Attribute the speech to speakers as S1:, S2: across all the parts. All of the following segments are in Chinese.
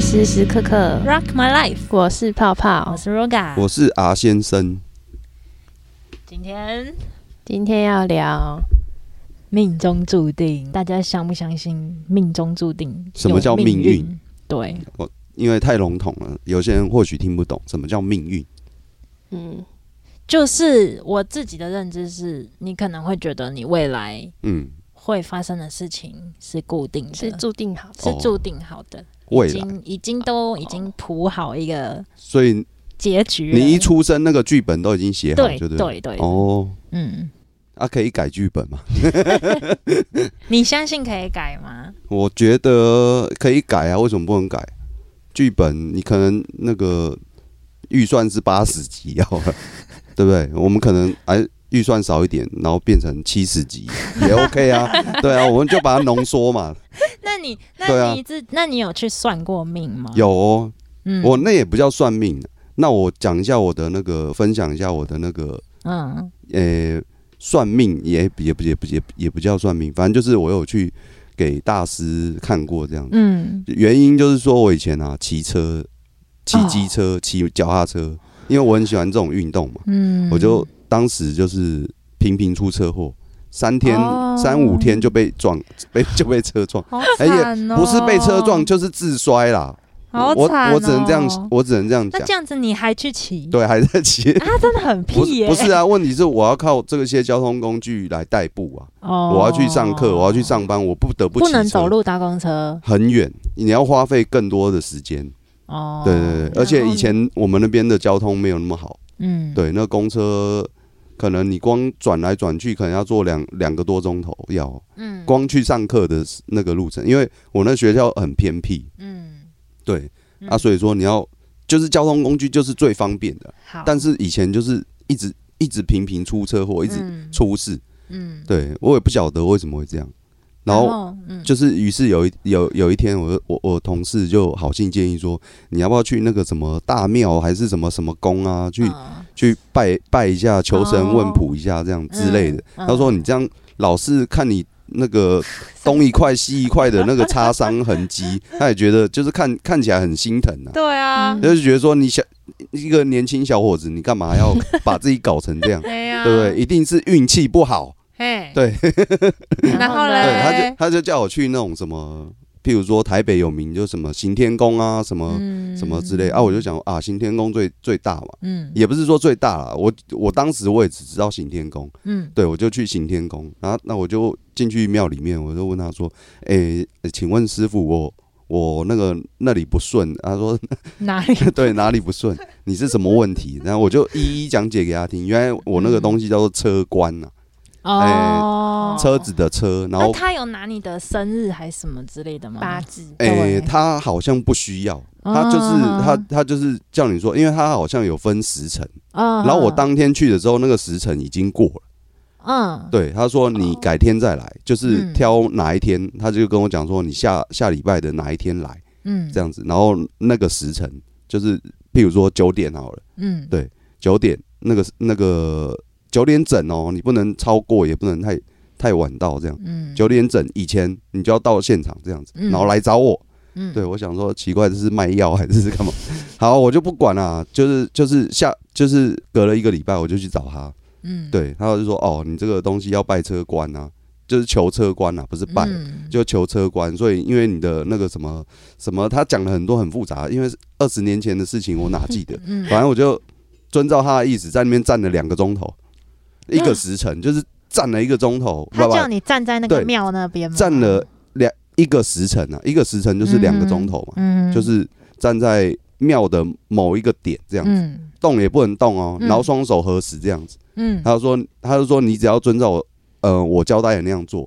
S1: 时时刻刻，
S2: Rock My Life，
S1: 我是泡泡
S2: 我。是 Roga，
S3: 我是 R 先生，
S2: 今天
S1: 今天要聊
S2: 命中注定，大家相不相信命中注定？
S3: 什么叫
S2: 有
S3: 命运？
S2: 对，
S3: 因为太笼统了，有些人或许听不懂什么叫命运。
S1: 嗯
S2: 就是我自己的认知是，你可能会觉得你未来
S3: 嗯，
S2: 会发生的事情是固定的，
S1: 是注定
S3: 哦
S1: 好的，
S2: 是注定好的，
S3: 未
S2: 已
S3: 来，
S2: 经已经都已经铺好一个
S3: 所以
S2: 结局了。
S3: 哦你一出生那个剧本都已经写好，
S2: 对
S3: 对不
S2: 对对，
S3: 哦，
S2: 嗯，
S3: 啊，可以改剧本嘛？
S2: 你相信可以改吗？
S3: 我觉得可以改啊，为什么不能改？剧本你可能那个预算是八十集好了， 对不对？我们可能哎预算少一点，然后变成七十集也 OK 啊，对啊，我们就把它浓缩嘛。
S2: 那你
S3: 对
S2: 那
S3: 啊
S2: 你自、那你有去算过命吗？，
S3: 有哦，
S2: 嗯
S3: 我那也不叫算命。啊那我讲一下我的那个，分享一下我的那个，
S2: 嗯
S3: 呃，算命也也不也不也不也不叫算命，反正就是我有去给大师看过这样子。
S2: 嗯，
S3: 原因就是说我以前啊骑车、骑
S2: 哦
S3: 机车、骑脚踏车，因为我很喜欢这种运动嘛，
S2: 嗯，
S3: 我就当时就是频频出车祸，三天、
S2: 哦
S3: 三五天就被撞， 被就被车撞，
S2: 好
S3: 而且
S2: 惨哦，
S3: 哎不是被车撞就是自摔啦。
S2: 好
S3: 我
S2: 惨哦
S3: 我只能这样，我只能这样
S2: 那
S3: 讲。
S2: 这样子你还去骑？，
S3: 对，还在骑。
S2: 啊，真的很
S3: 不
S2: 屁
S3: 是
S2: 耶！
S3: 不是啊，问题是我要靠这些交通工具来代步啊！
S2: 哦，
S3: 我要去上课，我要去，上班，我不得不
S2: 不
S3: 骑
S2: 能
S3: 车
S2: 走，路搭公车
S3: 很远，你要花费更多的时间。
S2: 哦。
S3: 对对对，而且以前我们那边的交通没有那么好，
S2: 嗯，
S3: 对，那公车可能你光转来转去，可能要坐两两个多钟头，要啊
S2: 嗯
S3: 光去上课的那个路程，因为我那学校很偏僻，
S2: 嗯
S3: 对
S2: 嗯
S3: 啊，所以说你要就是交通工具就是最方便的，
S2: 好，
S3: 但是以前就是一直一直频频出车祸，一直
S2: 嗯
S3: 出事。
S2: 嗯，
S3: 对我也不晓得为什么会这样。然后
S2: 嗯
S3: 就是，于是有一有有一天我，我我同事就好心建议说，你要不要去那个什么大庙还是什么什么宫啊，去、
S2: 嗯
S3: 去拜拜一下，求神
S2: 哦
S3: 问卜一下这样之类的。
S2: 嗯
S3: 他说你这样老是看你那个东一块西一块的那个擦伤痕迹，他也觉得就是看看起来很心疼啊，
S4: 对啊，
S2: 嗯
S3: 就是觉得说你小一个年轻小伙子，你干嘛要把自己搞成这样，
S4: 哎
S2: 啊
S4: 呀，
S3: 对不对？？一定是运气不好。
S4: 嘿，
S3: 对
S4: 然后
S2: 呢
S3: 对，他
S4: 嘞
S3: 就他就叫我去那种什么，譬如说台北有名就什么行天宫啊，什么、
S2: 嗯
S3: 什么之类啊，我就想啊，行天宫最最大嘛，
S2: 嗯
S3: 也不是说最大啦，我我当时我也只知道行天宫，
S2: 嗯
S3: 对我就去行天宫，然后那我就进去庙里面，我就问他说，诶、呃请问师傅我。我那个那里不顺，他说
S2: 哪里？
S3: 对哪里不顺，你是什么问题？然后我就一一讲解给他听。原来我那个东西叫做车关呐、
S2: 哦，
S3: 哎
S2: 啊
S3: 车子的车，然
S2: 那
S3: 后
S2: 他有拿你的生日还是什么之类的吗？
S1: 八字
S3: 诶、
S2: 对
S3: 哎他好像不需要，
S2: 啊
S3: 他就是他，他就是叫你说，因为他好像有分时辰，
S2: 嗯，
S3: 然后我当天去的时候，那个时辰已经过了。
S2: 嗯，
S3: 对，他说你改天再来，就是
S2: 嗯
S3: 挑哪一天，他就跟我讲说你下下礼拜的哪一天来
S2: 嗯，
S3: 这样子，然后那个时辰就是，譬如说九点好了，
S2: 嗯，
S3: 对九点那个那个九点整哦，你不能超过，也不能太太晚到这样。
S2: 嗯，
S3: 九点整以前你就要到现场这样子，
S2: 嗯
S3: 然后来找我，
S2: 嗯，
S3: 对，我想说奇怪，这是卖药还是干嘛？ 好，我就不管啦、就是就是下就是隔了一个礼拜，我就去找他，
S2: 嗯，
S3: 对，他就说哦，你这个东西要拜车官啊，就是求车官啊，不是拜，
S2: 嗯，，
S3: 就求车官，所以因为你的那个什么什么，他讲了很多很复杂，因为二十年前的事情我哪记得
S2: 嗯，
S3: 反正我就遵照他的意思，在那边站了两个钟头，一个时辰，就是站了一个钟头，
S2: 他
S3: 不
S2: 叫你站在那个
S3: 对
S2: 庙那边吗？
S3: 站了两一个时辰啊，一个时辰就是两个钟头嘛。
S2: 嗯，嗯，
S3: 就是站在庙的某一个点这样子，
S2: 嗯
S3: 动也不能动哦，
S2: 嗯
S3: 然后双手合十这样子。
S2: 嗯，
S3: 他就说，他就说你只要遵照我，呃，我交代的那样做，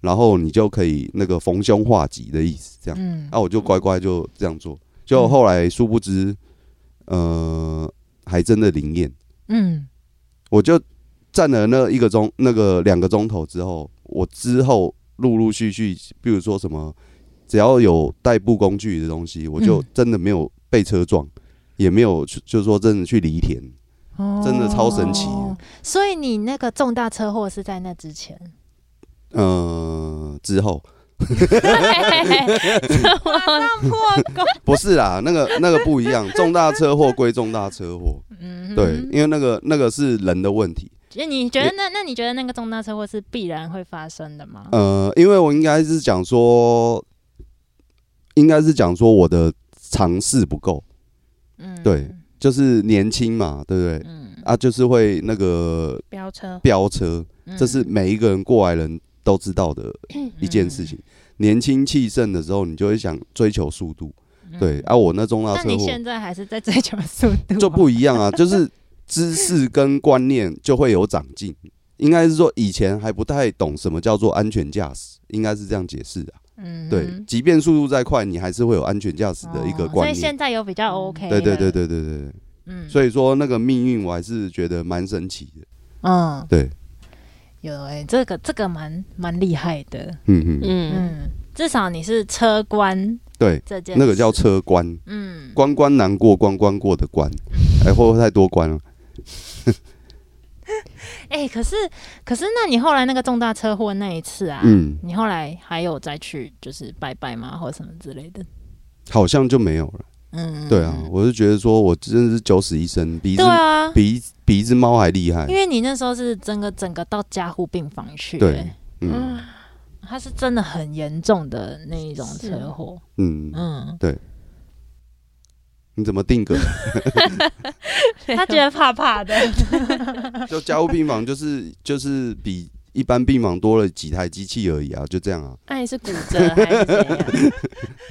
S3: 然后你就可以那个逢凶化吉的意思，这样。啊
S2: 嗯，
S3: 那、我就乖乖就这样做，就后来殊不知，呃，还真的灵验。
S2: 嗯，
S3: 我就站了那一个钟，那个两个钟头之后，我之后陆陆续续，比如说什么，只要有代步工具的东西，我就
S2: 嗯
S3: 真的没有被车撞，也没有去就是说真的去犁田，
S2: 哦
S3: 真的超神奇。
S2: 所 以你那个重大车祸是在那之前，
S3: 呃，之后
S2: 马上破功。
S3: 不是啦，那个那个不一样，重大车祸归重大车祸，
S2: 嗯，
S3: 对，。因为那个那个是人的问题。
S2: 就你觉得那那你觉得那个重大车祸是必然会发生的吗？
S3: 呃，因为我应该是讲说，应该是讲说我的尝试不够，
S2: 嗯，
S3: 对，就是年轻嘛，对不对？
S2: 嗯，
S3: 啊，就是会那个
S1: 飙车，
S3: 飙车，
S2: 嗯
S3: 这是每一个人过来人都知道的一件事
S2: 嗯
S3: 情。年轻气盛的时候，你就会想追求速度，
S2: 嗯。
S3: 对。
S2: 嗯
S3: 啊，我那重大
S2: 但
S3: 车
S2: 你
S3: 祸
S2: 现在还是在追求速度啊，
S3: 就不一样啊，就是知识跟观念就会有长进。应该是说以前还不太懂什么叫做安全驾驶，应该是这样解释啊。
S2: 嗯哼
S3: 对，即便速度再快，你还是会有安全驾驶的一个
S2: 哦所
S3: 观
S2: 以
S3: 念。
S2: 现在有比较 OK，
S3: 对对
S2: 了
S3: 对，对对对对，
S2: 嗯，
S3: 所以说那个命运我还是觉得蛮神奇的。
S2: 嗯，
S3: 对，
S2: 有哎、这个这个蛮蛮厉害的，
S3: 嗯嗯，
S1: 嗯，
S2: 嗯，至少你是车官
S3: 对，
S2: 这件事，
S3: 那个叫车关，
S2: 嗯，
S3: 关关难过关关过的关，哎，会不会太多关了？
S2: 哎、可是可是那你后来那个重大车祸那一次啊，
S3: 嗯，
S2: 你后来还有再去就是拜拜吗，或什么之类的？
S3: 好像就没有了。
S2: 嗯，
S3: 对啊，我就觉得说我真的是九死一生，比一只
S2: 对啊，
S3: 比一比一只猫还厉害
S2: 因。为你那时候是整个整个到加护病房去、
S3: 对
S2: 哎，
S3: 嗯
S2: 它是真的很严重的那一种
S1: 是
S2: 车祸，
S3: 嗯，
S2: 嗯，
S3: 你怎么定格？
S1: 嗯
S2: 他 觉得怕怕 的，
S3: 就家务病房就是就是比一般病房多了几台机器而已啊，就这样啊。
S1: 那你哎是骨折还是怎样？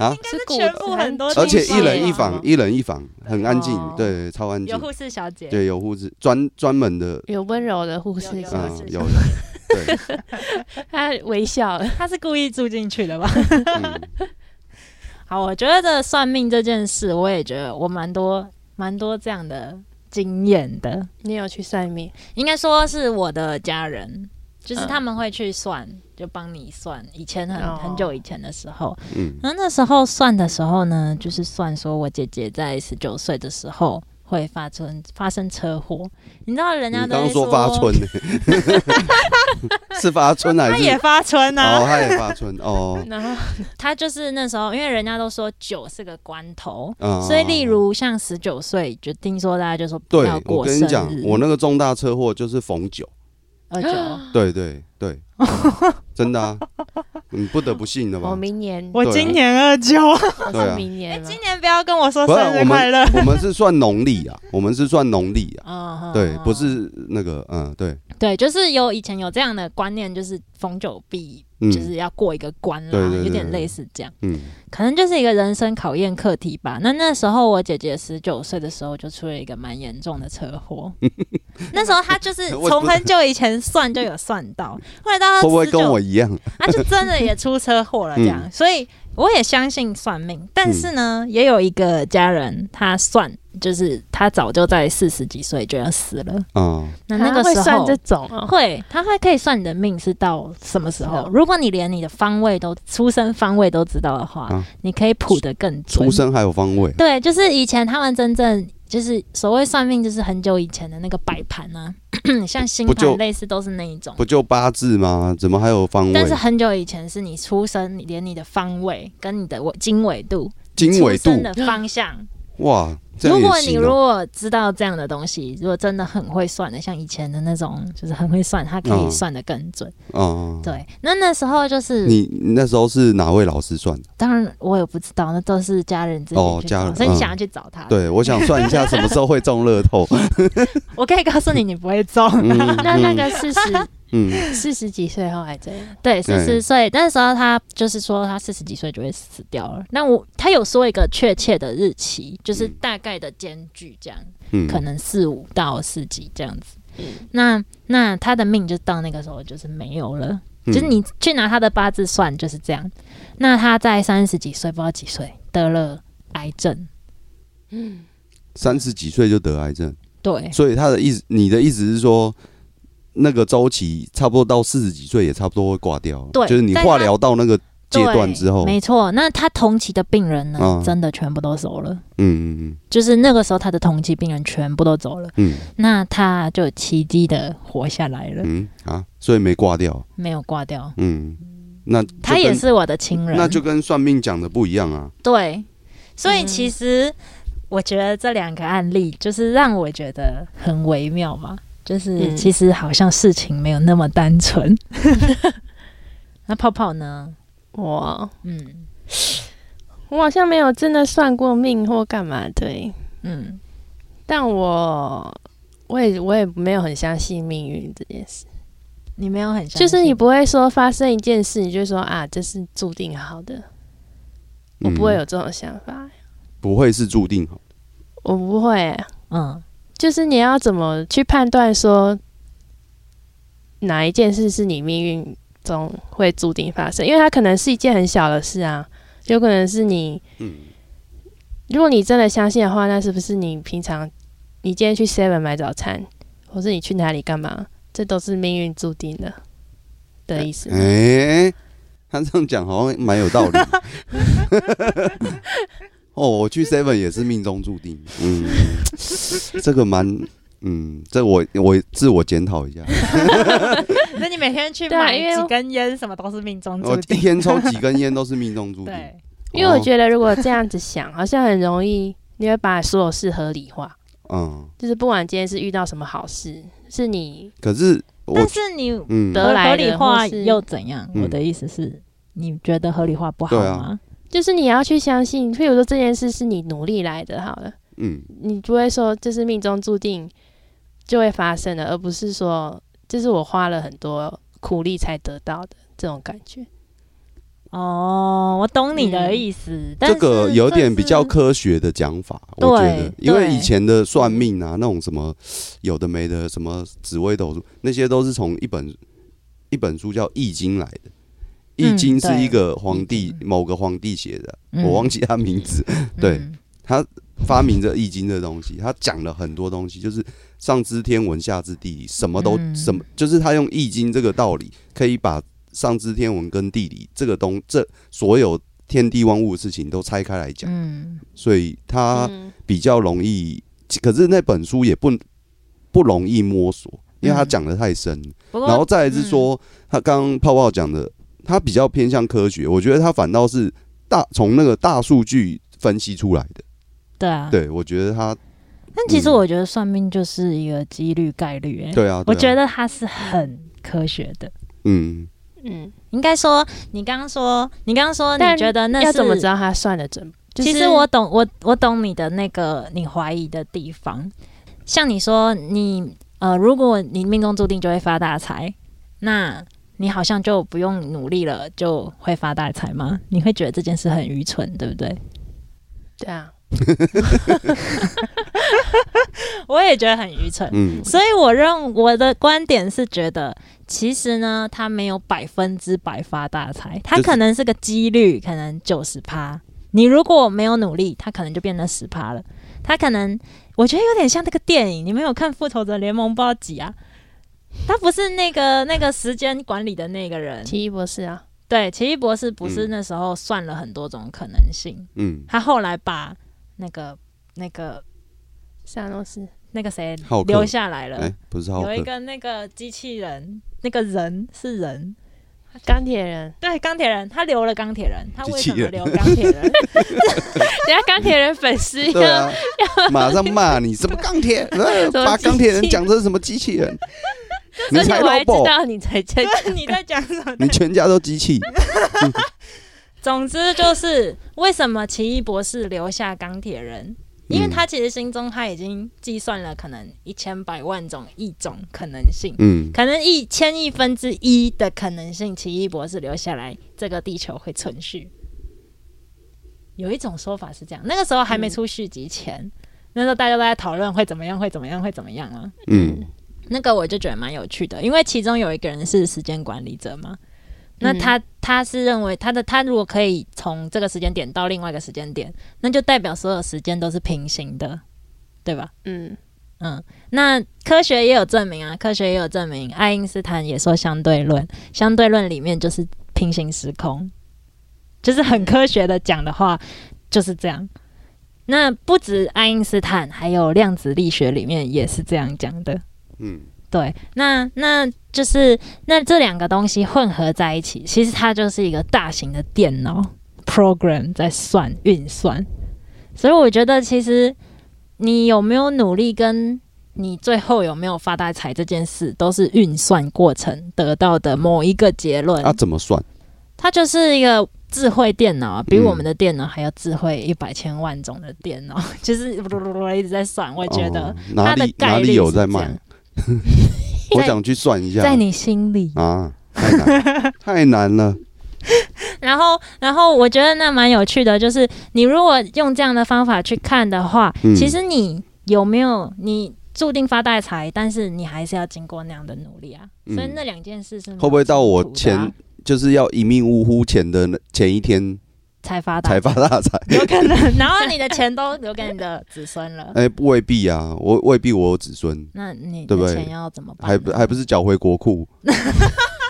S3: 啊
S1: 是骨
S2: 全部很多
S3: 而且
S2: 地方
S3: 一人一房
S1: 吗，
S3: 一人一房，很安静
S2: 哦，
S3: 对，超安静
S2: 有。护士小姐，
S3: 对，有护士专专门的，
S1: 有温柔的护士
S2: 有，
S3: 嗯
S2: 护士，
S3: 有有，对，
S1: 他微笑了，
S2: 他是故意住进去的吧？
S3: 嗯
S2: 好，我觉得算命这件事，我也觉得我蛮多蛮多这样的经验的，
S1: 你有去算命？
S2: 应该说是我的家人，就是
S1: 嗯
S2: 他们会去算，就帮你算。以前很、
S1: 哦
S2: 很久以前的时候，
S3: 嗯
S2: 然后那时候算的时候呢，就是算说我姐姐在十九岁的时候。会发生发生车祸，你知道人
S3: 你
S2: 家都
S3: 刚
S2: 会
S3: 刚说发春呢， 是发春还
S2: 她
S3: 是
S2: 也？发春啊，
S3: 哦，他也发春哦，
S1: 然后
S2: 她就是那时候，因为人家都说酒是个关头，
S3: 嗯，
S2: 所以，例如像十九岁，就听说大家就说不
S3: 对
S2: 要，
S3: 我
S2: 过
S3: 跟
S2: 生
S3: 你讲
S2: 日，
S3: 我那个重大车祸就是逢九，
S2: 二九，嗯
S3: 对对 对，真的啊，你不得不信了
S1: 我
S3: 吧？
S1: 明年，
S3: 我今
S2: 年二九，
S1: 我
S3: 对啊
S1: 是明年了，
S2: 哎今年不要跟我 说
S3: 不是
S2: 生
S3: 我
S2: 日快乐
S3: 们。，我们是算农历啊，我们是算农历啊，
S2: 嗯，
S3: 对，
S2: 嗯
S3: 不是那个，嗯，对，
S2: 对，就是有以前有这样的观念，就是逢九必
S3: 嗯
S2: 就是要过一个关啦
S3: 对对对，对
S2: 有点类似这样，
S3: 嗯
S2: 可能就是一个人生考验课题吧。那那时候我姐姐十九岁的时候就出了一个蛮严重的车 祸，那时候她就是
S3: 我
S2: 从很久以前算就有算到，后来到她
S3: 会不会跟
S2: 19
S3: 我一样？
S2: 他啊就真的也出车祸了，这
S3: 嗯
S2: 样，所以我也相信算命。但是呢，也有一个家人，他算就是他早就在四十几岁就要死了。
S3: 啊？
S2: 那那
S1: 啊
S2: 个
S1: 会
S2: 时
S1: 算
S2: 候
S1: 这种
S3: 嗯
S1: 哦，
S2: 会，他会可以算你的命是到什么时
S1: 是
S2: 候
S1: 哦。
S2: 如果你连你的方位都出生方位都知道的话，
S3: 啊
S2: 你可以卜得更准
S3: 出。生还有方位，
S2: 对，就是以前他们真正就是所谓算命，就是很久以前的那个摆盘啊， 像星
S3: 不就
S2: 盘类似都是那一种。
S3: 不就八字吗？怎么还有方
S2: 但是
S3: 位？
S2: 很久以前是你出生，你连你的方位跟你的纬经纬度、
S3: 经纬
S2: 出
S3: 度
S2: 生的方向。
S3: 哇，这样
S2: 如
S3: 也
S2: 果你
S3: 行
S2: 如
S3: 哦。
S2: 果知道这样的东西，如果真的很会算的，像以前的那种，就是很会算，他可以
S3: 嗯
S2: 算得更准。
S3: 啊，
S2: 对，那那时候就是，
S3: 嗯你你那时候是哪位老师算的？
S2: 当然我也不知道，那都是家人自己
S3: 哦
S2: 去
S3: 家
S2: 找
S3: 人
S2: 所以你
S3: 嗯
S2: 想要去找他。，
S3: 对，我想算一下什么时候会中乐透。
S2: 我可以告诉你，你不会中。
S3: 嗯
S1: 那那个四十
S3: 嗯
S1: 四十几岁后还这样，
S2: 对，四十岁那时候他就是说他四十几岁就会死掉了。那我他有说一个确切的日期，就是
S3: 嗯
S2: 大概的间距这样。
S3: 嗯，
S2: 可能四五到四级这样子。那那他的命就到那个时候就是没有了，
S3: 嗯
S2: 就是你去拿他的八字算就是这样。那他在三十几岁，不知道几岁得了癌症，
S3: 三十几岁就得癌症，
S2: 对
S3: 所以他的意思，你的意思是说，那个周期差不多到四十几岁也差不多会挂掉了，
S2: 对
S3: 就是你
S2: 但
S3: 化疗到那个阶段
S2: 对
S3: 之后，
S2: 没错。那他同期的病人呢，
S3: 嗯
S2: 真的全部都走了。
S3: 嗯嗯
S2: 就是那个时候，他的同期病人全部都走了，
S3: 嗯
S2: 那他就奇迹的活下来了，
S3: 嗯嗯啊，所以没挂掉，
S2: 没有挂掉。
S3: 嗯，那就
S2: 他也
S3: 跟
S2: 是我的亲人，
S3: 那就跟算命讲的不一样啊。
S2: 对，所以其实我觉得这两个案例就是让我觉得很微妙嘛，就是
S1: 嗯
S2: 其实好像事情没有那么单 纯。那泡泡呢？
S1: 我
S2: 嗯
S1: 我好像没有真的算过命或干嘛，对，
S2: 嗯，
S1: 但我我也我也没有很相信命运这件事，
S2: 你没有很相信
S1: 就是你不会说发生一件事，你就说啊，这是注定好的，我不会有
S3: 嗯、
S1: 这种想法，
S3: 不会是注定好。
S1: 我不会欸、
S2: 嗯
S1: 就是你要怎么去判断说哪一件事是你命运中会注定发生？因为它可能是一件很小的事啊，有可能是你，
S3: 嗯
S1: 如果你真的相信的话，那是不是你平常你今天去 Seven 买早餐，或是你去哪里干嘛，这都是命运注定的的意思吗？
S3: 哎、他这样讲好像蛮有 道理。哦，我去 Seven 也是命中注定。嗯，这个蛮，嗯，这我我自我检讨一下。
S2: 那你每天去
S1: 对啊
S2: 买
S1: 因为
S2: 几根烟，什么都是命中注
S3: 我一
S2: 定。
S3: 天抽几根烟都是命中注 定。
S2: 对，
S1: 因为我
S3: 得，
S1: 觉得如果这样子想，好像很容易你会把所有事合理化，
S3: 嗯，
S1: 就是不管今天是遇到什么好事，是你
S3: 可是我
S2: 但，是你
S3: 嗯，
S1: 得来的
S2: 合理化
S1: 或是
S2: 又怎样？
S3: 嗯
S2: 我的意思是，你觉得合理化不好
S3: 对啊
S2: 吗？
S1: 就是你要去相信，譬如说这件事是你努力来的，好了，
S3: 嗯，
S1: 你不会说这是命中注定就会发生的，而不是说这是我花了很多苦力才得到的这种感觉。
S2: 哦，我懂你的
S1: 嗯
S2: 意思，但
S3: 这
S2: 是
S3: 个有
S2: 这
S3: 点比较
S2: 是
S3: 科学的讲法，
S2: 对
S3: 我觉得，因为
S2: 对
S3: 以前的算命啊，那种什么有的没的，什么紫微斗数，那些都是从一本一本书叫《易经》来的，《易
S2: 嗯
S3: 经》是
S2: 对
S3: 一个皇帝
S2: 易
S3: 某个皇帝写的，
S2: 嗯
S3: 我忘记他名字， 对
S2: 嗯
S3: 发明这《易经》这东西，他讲了很多东西，就是上知天文，下知地理，什么都、
S2: 嗯
S3: 什么，就是他用《易经》这个道理，可以把上知天文跟地理这个东这所有天地万物的事情都拆开来讲，
S2: 嗯
S3: 所以他。
S1: 嗯
S3: 比较容易，可是那本书也不不容易摸索，因为他讲的太深。
S2: 嗯不
S3: 然后
S2: 过嗯
S3: 再来是说，他刚刚泡泡讲的，他比较偏向科学，我觉得他反倒是大从那个大数据分析出来的。
S2: 对啊，
S3: 对，我觉得他
S2: 但其实
S3: 嗯
S2: 我觉得算命就是一个几率概率、欸，
S3: 对啊，对啊
S2: 我觉得它是很科学的。
S3: 嗯，
S1: 嗯，
S2: 应该说，你刚刚说，你刚刚说，
S1: 但
S2: 你觉得那是
S1: 要怎么知道他算的准？就是
S2: 其实我懂，我我懂你的那个你怀疑的地方。像你说，你呃，如果你命中注定就会发大财，那你好像就不用努力了，就会发大财吗？你会觉得这件事很愚蠢，对不对？
S1: 对啊，
S2: 我也觉得很愚蠢。
S3: 嗯
S2: 所以我认我的观点是觉得，其实呢，它没有百分之百发大财，它
S3: 就是
S2: 可能是个几率，可能九十趴。你如果没有努力，它可能就变成十趴了。它可能我觉得有点像那个电影，你们有看《复仇者联盟》不知道几啊？他不是那个那个时间管理的那个人，
S1: 奇异博士啊，
S2: 对，奇异博士不是
S3: 嗯
S2: 那时候算了很多种可能性，
S3: 嗯，
S2: 他后来把那个那个
S1: 萨诺斯，啊
S2: 那个谁
S3: 浩克
S2: 留下来了。
S3: 哎，不是浩
S2: 有一
S3: 克，
S2: 个那个机器人，那个人是人，
S1: 钢铁人，
S2: 对，钢铁人，他留了钢铁人，他为什
S3: 机器
S2: 么
S3: 人
S2: 留钢铁人？
S1: 人家钢铁人粉丝要
S3: 对啊，马上骂你什么 钢铁，呃
S1: 什么
S3: 把
S1: 机器
S3: 钢铁人讲成什么机器人，你
S1: 而且
S3: 才
S1: 我还
S3: r
S1: 知
S3: o
S1: 道你才 在
S2: 对你在讲什么？
S3: 你全家都机器，
S2: 总之就是为什么奇异博士留下钢铁人？因为
S3: 嗯
S2: 他其实心中他已经计算了可能一千百万种一种可能性，
S3: 嗯
S2: 可能一千亿分之一的可能性，奇异博士留下来，这个地球会存续。有一种说法是这样，那个时候还没出续集前，那时候大家都在讨论会怎么样，会怎么样，会怎么样啊。
S3: 嗯
S2: 那个我就觉得蛮有趣的，因为其中有一个人是时间管理者嘛，那他、他是认为他的他如果可以从这个时间点到另外一个时间点，那就代表所有时间都是平行的，对吧？
S1: 嗯
S2: 嗯，那科学也有证明啊，科学也有证明，爱因斯坦也说相对论，相对论里面就是平行时空，就是很科学的讲的话就是这样。那不止爱因斯坦，还有量子力学里面也是这样讲的。
S3: 嗯，
S2: 对，那那就是那这两个东西混合在一起，其实它就是一个大型的电脑 program 在算运算。所以我觉得，其实你有没有努力，跟你最后有没有发大财这件事，都是运算过程得到的某一个结论。
S3: 啊，怎么算？
S2: 它就是一个智慧电脑啊，比
S3: 嗯
S2: 我们的电脑还要智慧一百千万种的电脑， 就是噜噜噜一直在算。我觉得
S3: 哦哪
S2: 它的
S3: 里
S2: 概
S3: 哪
S2: 率
S3: 里有
S2: 是
S3: 在
S2: 这
S3: 卖
S2: 样？
S3: 我
S2: 在
S3: 想去算一下。
S2: 在你心里。
S3: 啊，太难， 太难了。
S2: 然后，然后我觉得那蛮有趣的，就是你如果用这样的方法去看的话，
S3: 嗯
S2: 其实你有没有你注定发大财，但是你还是要经过那样的努力啊。
S3: 嗯
S2: 所以那两件事是没有
S3: 会不会到我
S2: 冲突的啊
S3: 前就是要一命呜呼前的那前一天
S2: 才发大
S3: 才发 大财？
S2: 有可 能，然后你的钱都留给你的子孙了，
S3: 哎、未必啊，我未必我有子孙，
S2: 那你
S3: 对不
S2: 的
S3: 对
S2: 钱要怎么办呢？
S3: 还不还不是缴回国库？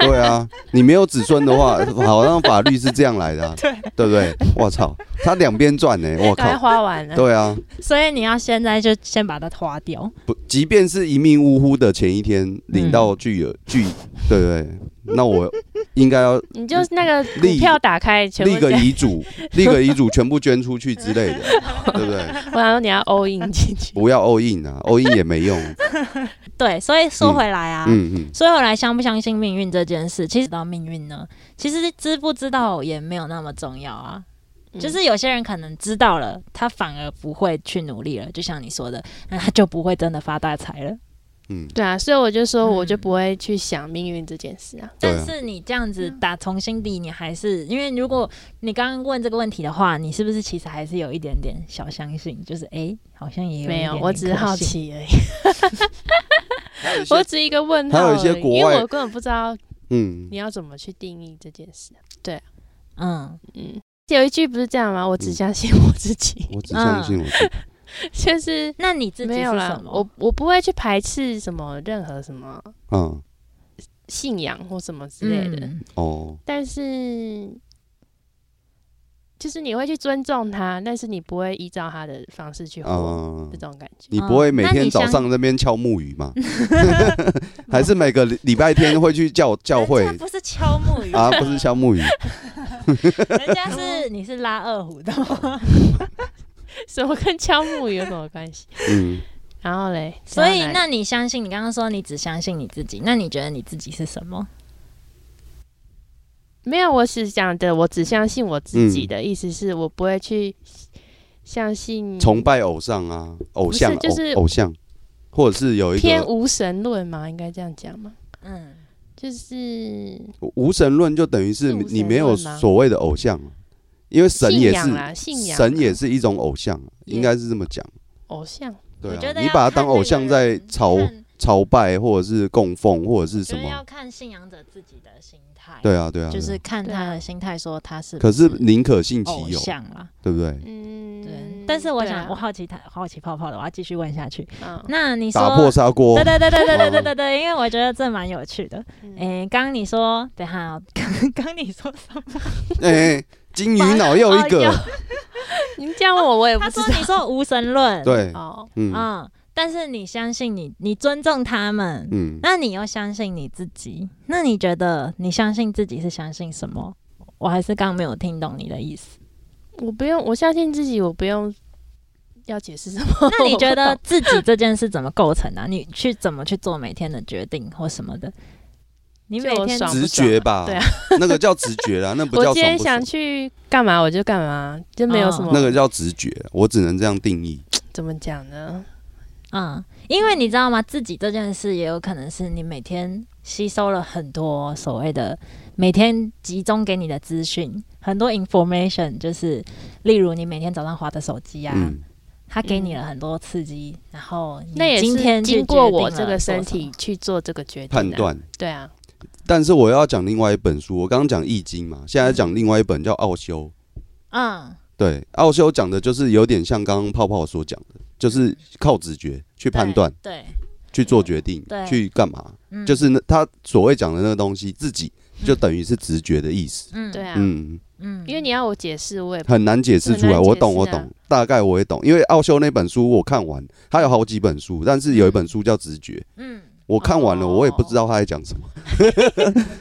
S3: 对啊，你没有子孙的话，好像法律是这样来的、 啊，对不对？我操，他两边赚呢，我
S1: 嗯赶快
S3: 靠，
S1: 花完了。
S3: 对啊，
S2: 所以你要现在就先把它花掉。
S3: 不，即便是一命呜呼的前一
S1: 嗯
S3: 天领到巨额、巨，对不对？那我应该要
S1: 你就那个股
S3: 立
S1: 票打开， 全
S3: 立
S1: 部
S3: 个
S1: 捐
S3: 遗嘱，立个遗嘱全部捐出去之类的， 对不对？
S1: 我想说你要 all in 进去。
S3: 不要 all in 啊，all in 也没 用。
S2: 对，所以说回来啊，
S3: 嗯嗯，
S2: 所以后来相不相信命运这件事，其实到命运呢，其实知不知道也没有那么重要啊。就是有些人可能知道了，他反而不会去努力了，就像你说的，那他就不会真的发大财了。
S3: 嗯，
S1: 对啊，所以我就说，我就
S2: 嗯
S1: 不会去想命运这件事啊。
S3: 对
S2: 但
S3: 啊
S2: 是你这样子打从心底，你还是因为如果你刚刚问这个问题的话，你是不是其实还是有一点点小相信，就是诶，好像也有一
S1: 没
S2: 点
S1: 嗯有，
S2: 点
S1: 我只是
S2: 可
S1: 好
S2: 信。
S1: 奇而已。
S3: 还有一 些
S1: 我只一个问号
S3: 还
S1: 而
S3: 有
S1: 已，
S3: 一些国
S1: 因为
S3: 外
S1: 我根本不知道
S3: 嗯
S1: 你要怎么去定义这件事啊。
S2: 嗯，
S1: 嗯，有一句不是这样吗？我只相信我自己，
S3: 我只相信
S1: 嗯
S3: 我自己。
S1: 就是
S2: 那你自己
S1: 没
S2: 是
S1: 有啦
S2: 什。么？
S1: 我我不会去排斥什么任何什么
S3: 嗯，
S1: 信仰或什么之类的，
S2: 嗯
S3: 哦，
S1: 但是就是你会去尊重他，但是你不会依照他的方式去活，
S3: 嗯
S1: 这，种感觉。
S3: 你不会每天早上那边敲木鱼嘛？
S1: 嗯
S3: 还是每个礼礼拜天会 去教教会
S2: 人家不是敲木鱼
S3: 啊？不是，敲木鱼，
S2: 人家是你是拉二胡的吗，
S1: 什么跟敲木鱼有什么关系？
S3: 嗯，
S1: 然后嘞，
S2: 所以
S1: 再来
S2: 那你相信你刚刚说你只相信你自己，那你觉得你自己是什么？
S1: 没有，我只讲的，我只相信我自己
S3: 嗯
S1: 的意思是我不会去相信
S3: 崇拜偶像啊，偶像
S1: 嗯不是就是
S3: 偶偶像，或者是有一
S1: 偏
S3: 个
S1: 无神论嘛，应该这样讲嘛，
S2: 嗯，
S1: 就是
S3: 无神论，就等于是
S1: 是无神论吗
S3: 你没有所谓的偶像，啊因为神
S1: 信
S3: 也是
S1: 仰啦，信仰
S3: 神也
S1: 是
S3: 是一种偶像，啊
S1: 也
S3: 应该是这么讲。
S1: 偶像，
S3: 对
S2: 我觉
S3: 啊，
S2: 得
S3: 你
S2: 要
S3: 把它
S2: 看
S3: 当
S2: 那
S3: 偶
S2: 个
S3: 像在
S2: 人
S3: 朝
S2: 看
S3: 朝拜，或者是供奉，或者是什
S2: 就是要
S3: 么？
S2: 看信仰者自己的心态，
S3: 对啊，对啊。对啊
S2: 就是看
S1: 对
S2: 他
S1: 啊
S2: 的心态，说他是
S3: 可
S2: 不
S3: 是
S2: 是
S3: 宁可信
S2: 偶
S3: 其有，
S2: 像啦。
S3: 对不对？
S1: 嗯
S2: 对，，但是我想，我
S1: 对啊
S2: 好奇他，好奇泡泡的，我要继续问下去。
S1: 嗯
S2: 那你说，
S3: 打破砂锅
S2: 对，对对对对对对对对，因为我觉得这蛮有趣的。
S1: 嗯
S2: 诶，刚刚你说，等一下哦，刚刚你说什么？
S3: 哎，金鱼脑又 一
S1: 哦
S3: 个，
S1: 你这样问我，我也不
S2: 他
S1: 知
S2: 说你说无神论，
S3: 对，
S1: 道。
S3: 嗯
S2: 嗯，但是你相信你，你尊重他们，
S3: 嗯，
S2: 那你又相信你自己，那你觉得你相信自己是相信什么？我还是刚刚没有听懂你的 意思。
S1: 我不用，我相信自己，我不用要解释什么。
S2: 那你觉
S1: 我
S2: 得
S1: 不懂
S2: 自己这件事怎么构成啊？你去怎么去做每天的决定或什么的？你每
S1: 就我
S2: 天
S1: 爽
S3: 直觉吧，
S1: 对啊
S3: 那个叫直觉啦，那不叫
S1: 我今
S3: 爽
S1: 天
S3: 不爽
S1: 想，去干嘛我就干嘛，就没有什么、
S3: 那个叫直觉，我只能这样定义。
S1: 怎么讲呢？
S2: 嗯，因为你知道吗？自己这件事也有可能是你每天吸收了很多所谓的每天集中给你的资讯，很多 information，就是例如你每天早上划的手机啊，
S3: 嗯，
S2: 它给你了很多刺激，然后你
S1: 那也
S2: 今
S1: 是
S2: 天就
S1: 经过
S2: 决定
S1: 我
S2: 了
S1: 这个身
S2: 做什
S1: 体
S2: 么，
S1: 去做这个决定、
S3: 判。断。
S1: 对啊，
S3: 但是我要讲另外一本书，我刚刚讲《易经》嘛，现在讲另外一本叫《奥修》。
S2: 嗯，
S3: 对，奥修讲的就是有点像刚刚泡泡所讲的，就是靠直觉去判断、
S2: 对，
S3: 去做决定、
S2: 对
S3: 去干嘛，
S2: 嗯
S3: 就是那他所谓讲的那个东西，自己就等于是直觉的意思。
S2: 嗯
S1: 对啊，
S3: 嗯，
S2: 嗯
S1: 因为你要我解释，我也不
S3: 很难解释出来。
S1: 很难解释啊
S3: 我懂，我懂，大概我也懂，因为奥修那本书我看完，他有好几本书，但是有一本书叫《直觉》，
S2: 嗯
S3: 我看完了，
S2: 哦
S3: 我也不知道他在讲什么，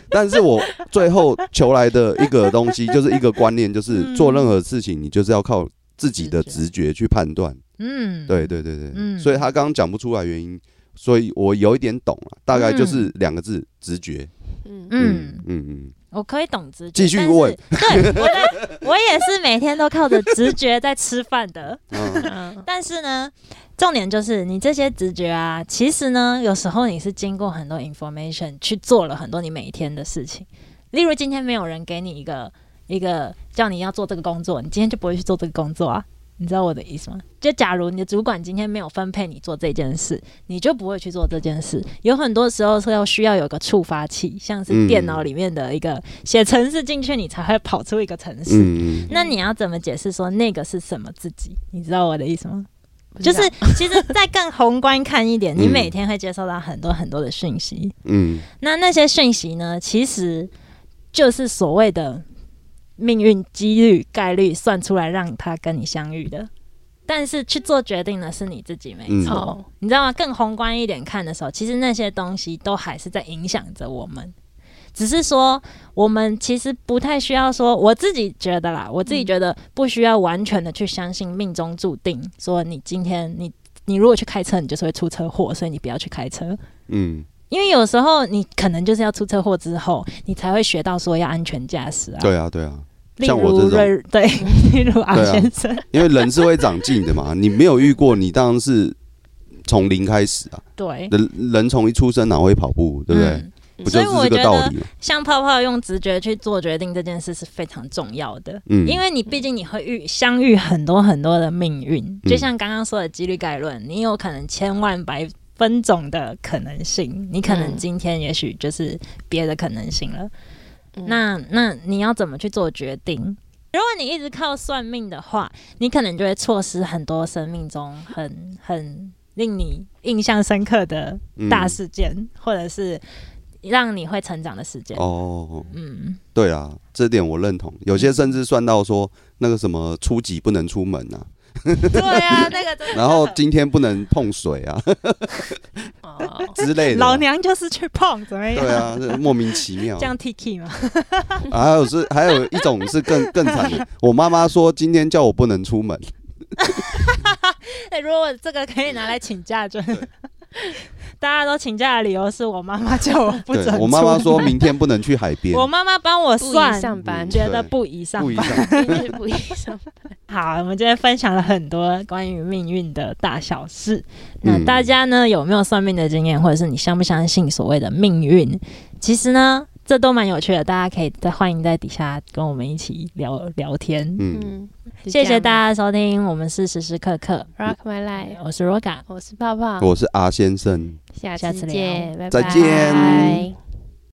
S3: 但是我最后求来的一个东 西，就是一个观念，就是
S2: 嗯
S3: 做任何事情，你就是要靠自己的直
S2: 直
S3: 觉去判断。
S2: 嗯，
S3: 对对对对，
S2: 嗯
S3: 所以他刚刚讲不出来原因，所以我有一点懂了，大概就是两个字：直觉。
S1: 嗯
S2: 嗯，
S3: 嗯嗯，
S2: 我可以懂直觉，
S3: 继续
S2: 但是
S3: 问
S2: 对我在，我也是每天都靠着直觉在吃饭的。
S3: 嗯
S1: 嗯
S2: 但是呢，重点就是你这些直觉啊，其实呢，有时候你是经过很多 information 去做了很多你每一天的事情。例如今天没有人给你一个一个叫你要做这个工作，你今天就不会去做这个工作啊。你知道我的意思吗？就假如你的主管今天没有分配你做这件事，你就不会去做这件事。有很多时候是要需要有个触发器，像是电脑里面的一个写程式进去，你才会跑出一个程式。
S3: 嗯，
S2: 那你要怎么解释说那个是什么自己？你知道我的意思吗？
S1: 不知
S2: 就
S1: 道
S2: 是其实再更宏观看 一点，你
S3: 嗯
S2: 每天会接收到很多很多的讯息。
S3: 嗯
S2: 那那些讯息呢，其实就是所谓的命运、几率、概率算出来让他跟你相遇的。但是去做决定的是你自己，没
S3: 嗯
S2: 错。
S1: 哦，
S2: 你知道吗？更宏观一点看的时候，其实那些东西都还是在影响着我们，只是说我们其实不太需要说，我自己觉得啦，我自
S3: 嗯
S2: 己觉得不需要完全的去相信命中注定，说你今天你你如果去开车，你就是会出车祸，所以你不要去开车。
S3: 嗯，
S2: 因为有时候你可能就是要出车祸之后，你才会学到说要安全驾驶啊。
S3: 对啊对啊，
S2: 例
S3: 像我这
S2: 如
S3: 种
S2: 瑞对，例如阿
S3: 对啊
S2: 先生，
S3: 因为人是会长进的 嘛，你没有遇过，你当然是从零开始啊。
S2: 对，
S3: 人人从一出生哪会跑步，对不对？
S2: 嗯
S3: 不就是这个道理吗？
S2: 像泡泡用直觉去做决定这件事是非常重要的，
S3: 嗯
S2: 因为你毕竟你会遇相遇很多很多的命运，
S3: 嗯
S2: 就像刚刚说的几率概论，你有可能千万百分种的可能性，你可能
S1: 嗯
S2: 今天也许就是别的可能性了。
S1: 嗯
S2: 那那你要怎么去做决定？如果你一直靠算命的话，你可能就会错失很多生命中很很令你印象深刻的
S3: 嗯
S2: 大事件，或者是让你会成长的事件。
S3: 嗯哦，
S2: 嗯，
S3: 对啊，这点我认同。有些甚至算到说那个什么初几不能出门啊，
S2: 对啊，那个真的
S3: 然后今天不能碰水啊
S1: 哦
S3: 之类的。啊
S2: 老娘就是去碰，怎么样？
S3: 对啊，这莫名其妙啊
S2: 这。样 Tiki 嘛，
S3: 还有是还有一种是更更 惨的，我妈妈说今天叫我不能出门，
S2: 哎如果这个可以拿来请假，就大家都请假的理由是我妈妈叫我不
S3: 对
S2: 准。
S3: 我妈妈说，明天不能去海边，
S2: 我妈妈帮我
S1: 不
S2: 算
S1: 宜，上班，
S2: 觉得
S3: 对
S2: 不宜上
S3: 不一
S2: 班。
S3: 样。
S1: 今天不宜上班。
S2: 好，我们今天分享了很多关于命运的大小事。那
S3: 嗯
S2: 大家呢，有没有算命的经验，或者是你相不相信所谓的命运？其实呢，这都蛮有趣的，大家可以在欢迎在底下跟我们一起聊聊天。
S3: 嗯，
S1: 嗯，
S2: 谢谢大家的收听，我们是时时刻刻，
S1: 家。Rock my life，
S2: 我是 Roga。
S1: 我是泡泡，
S3: 我是阿先生。
S1: 下
S2: 下次
S1: 次
S2: 聊
S1: 见，拜拜
S3: 再见
S1: 拜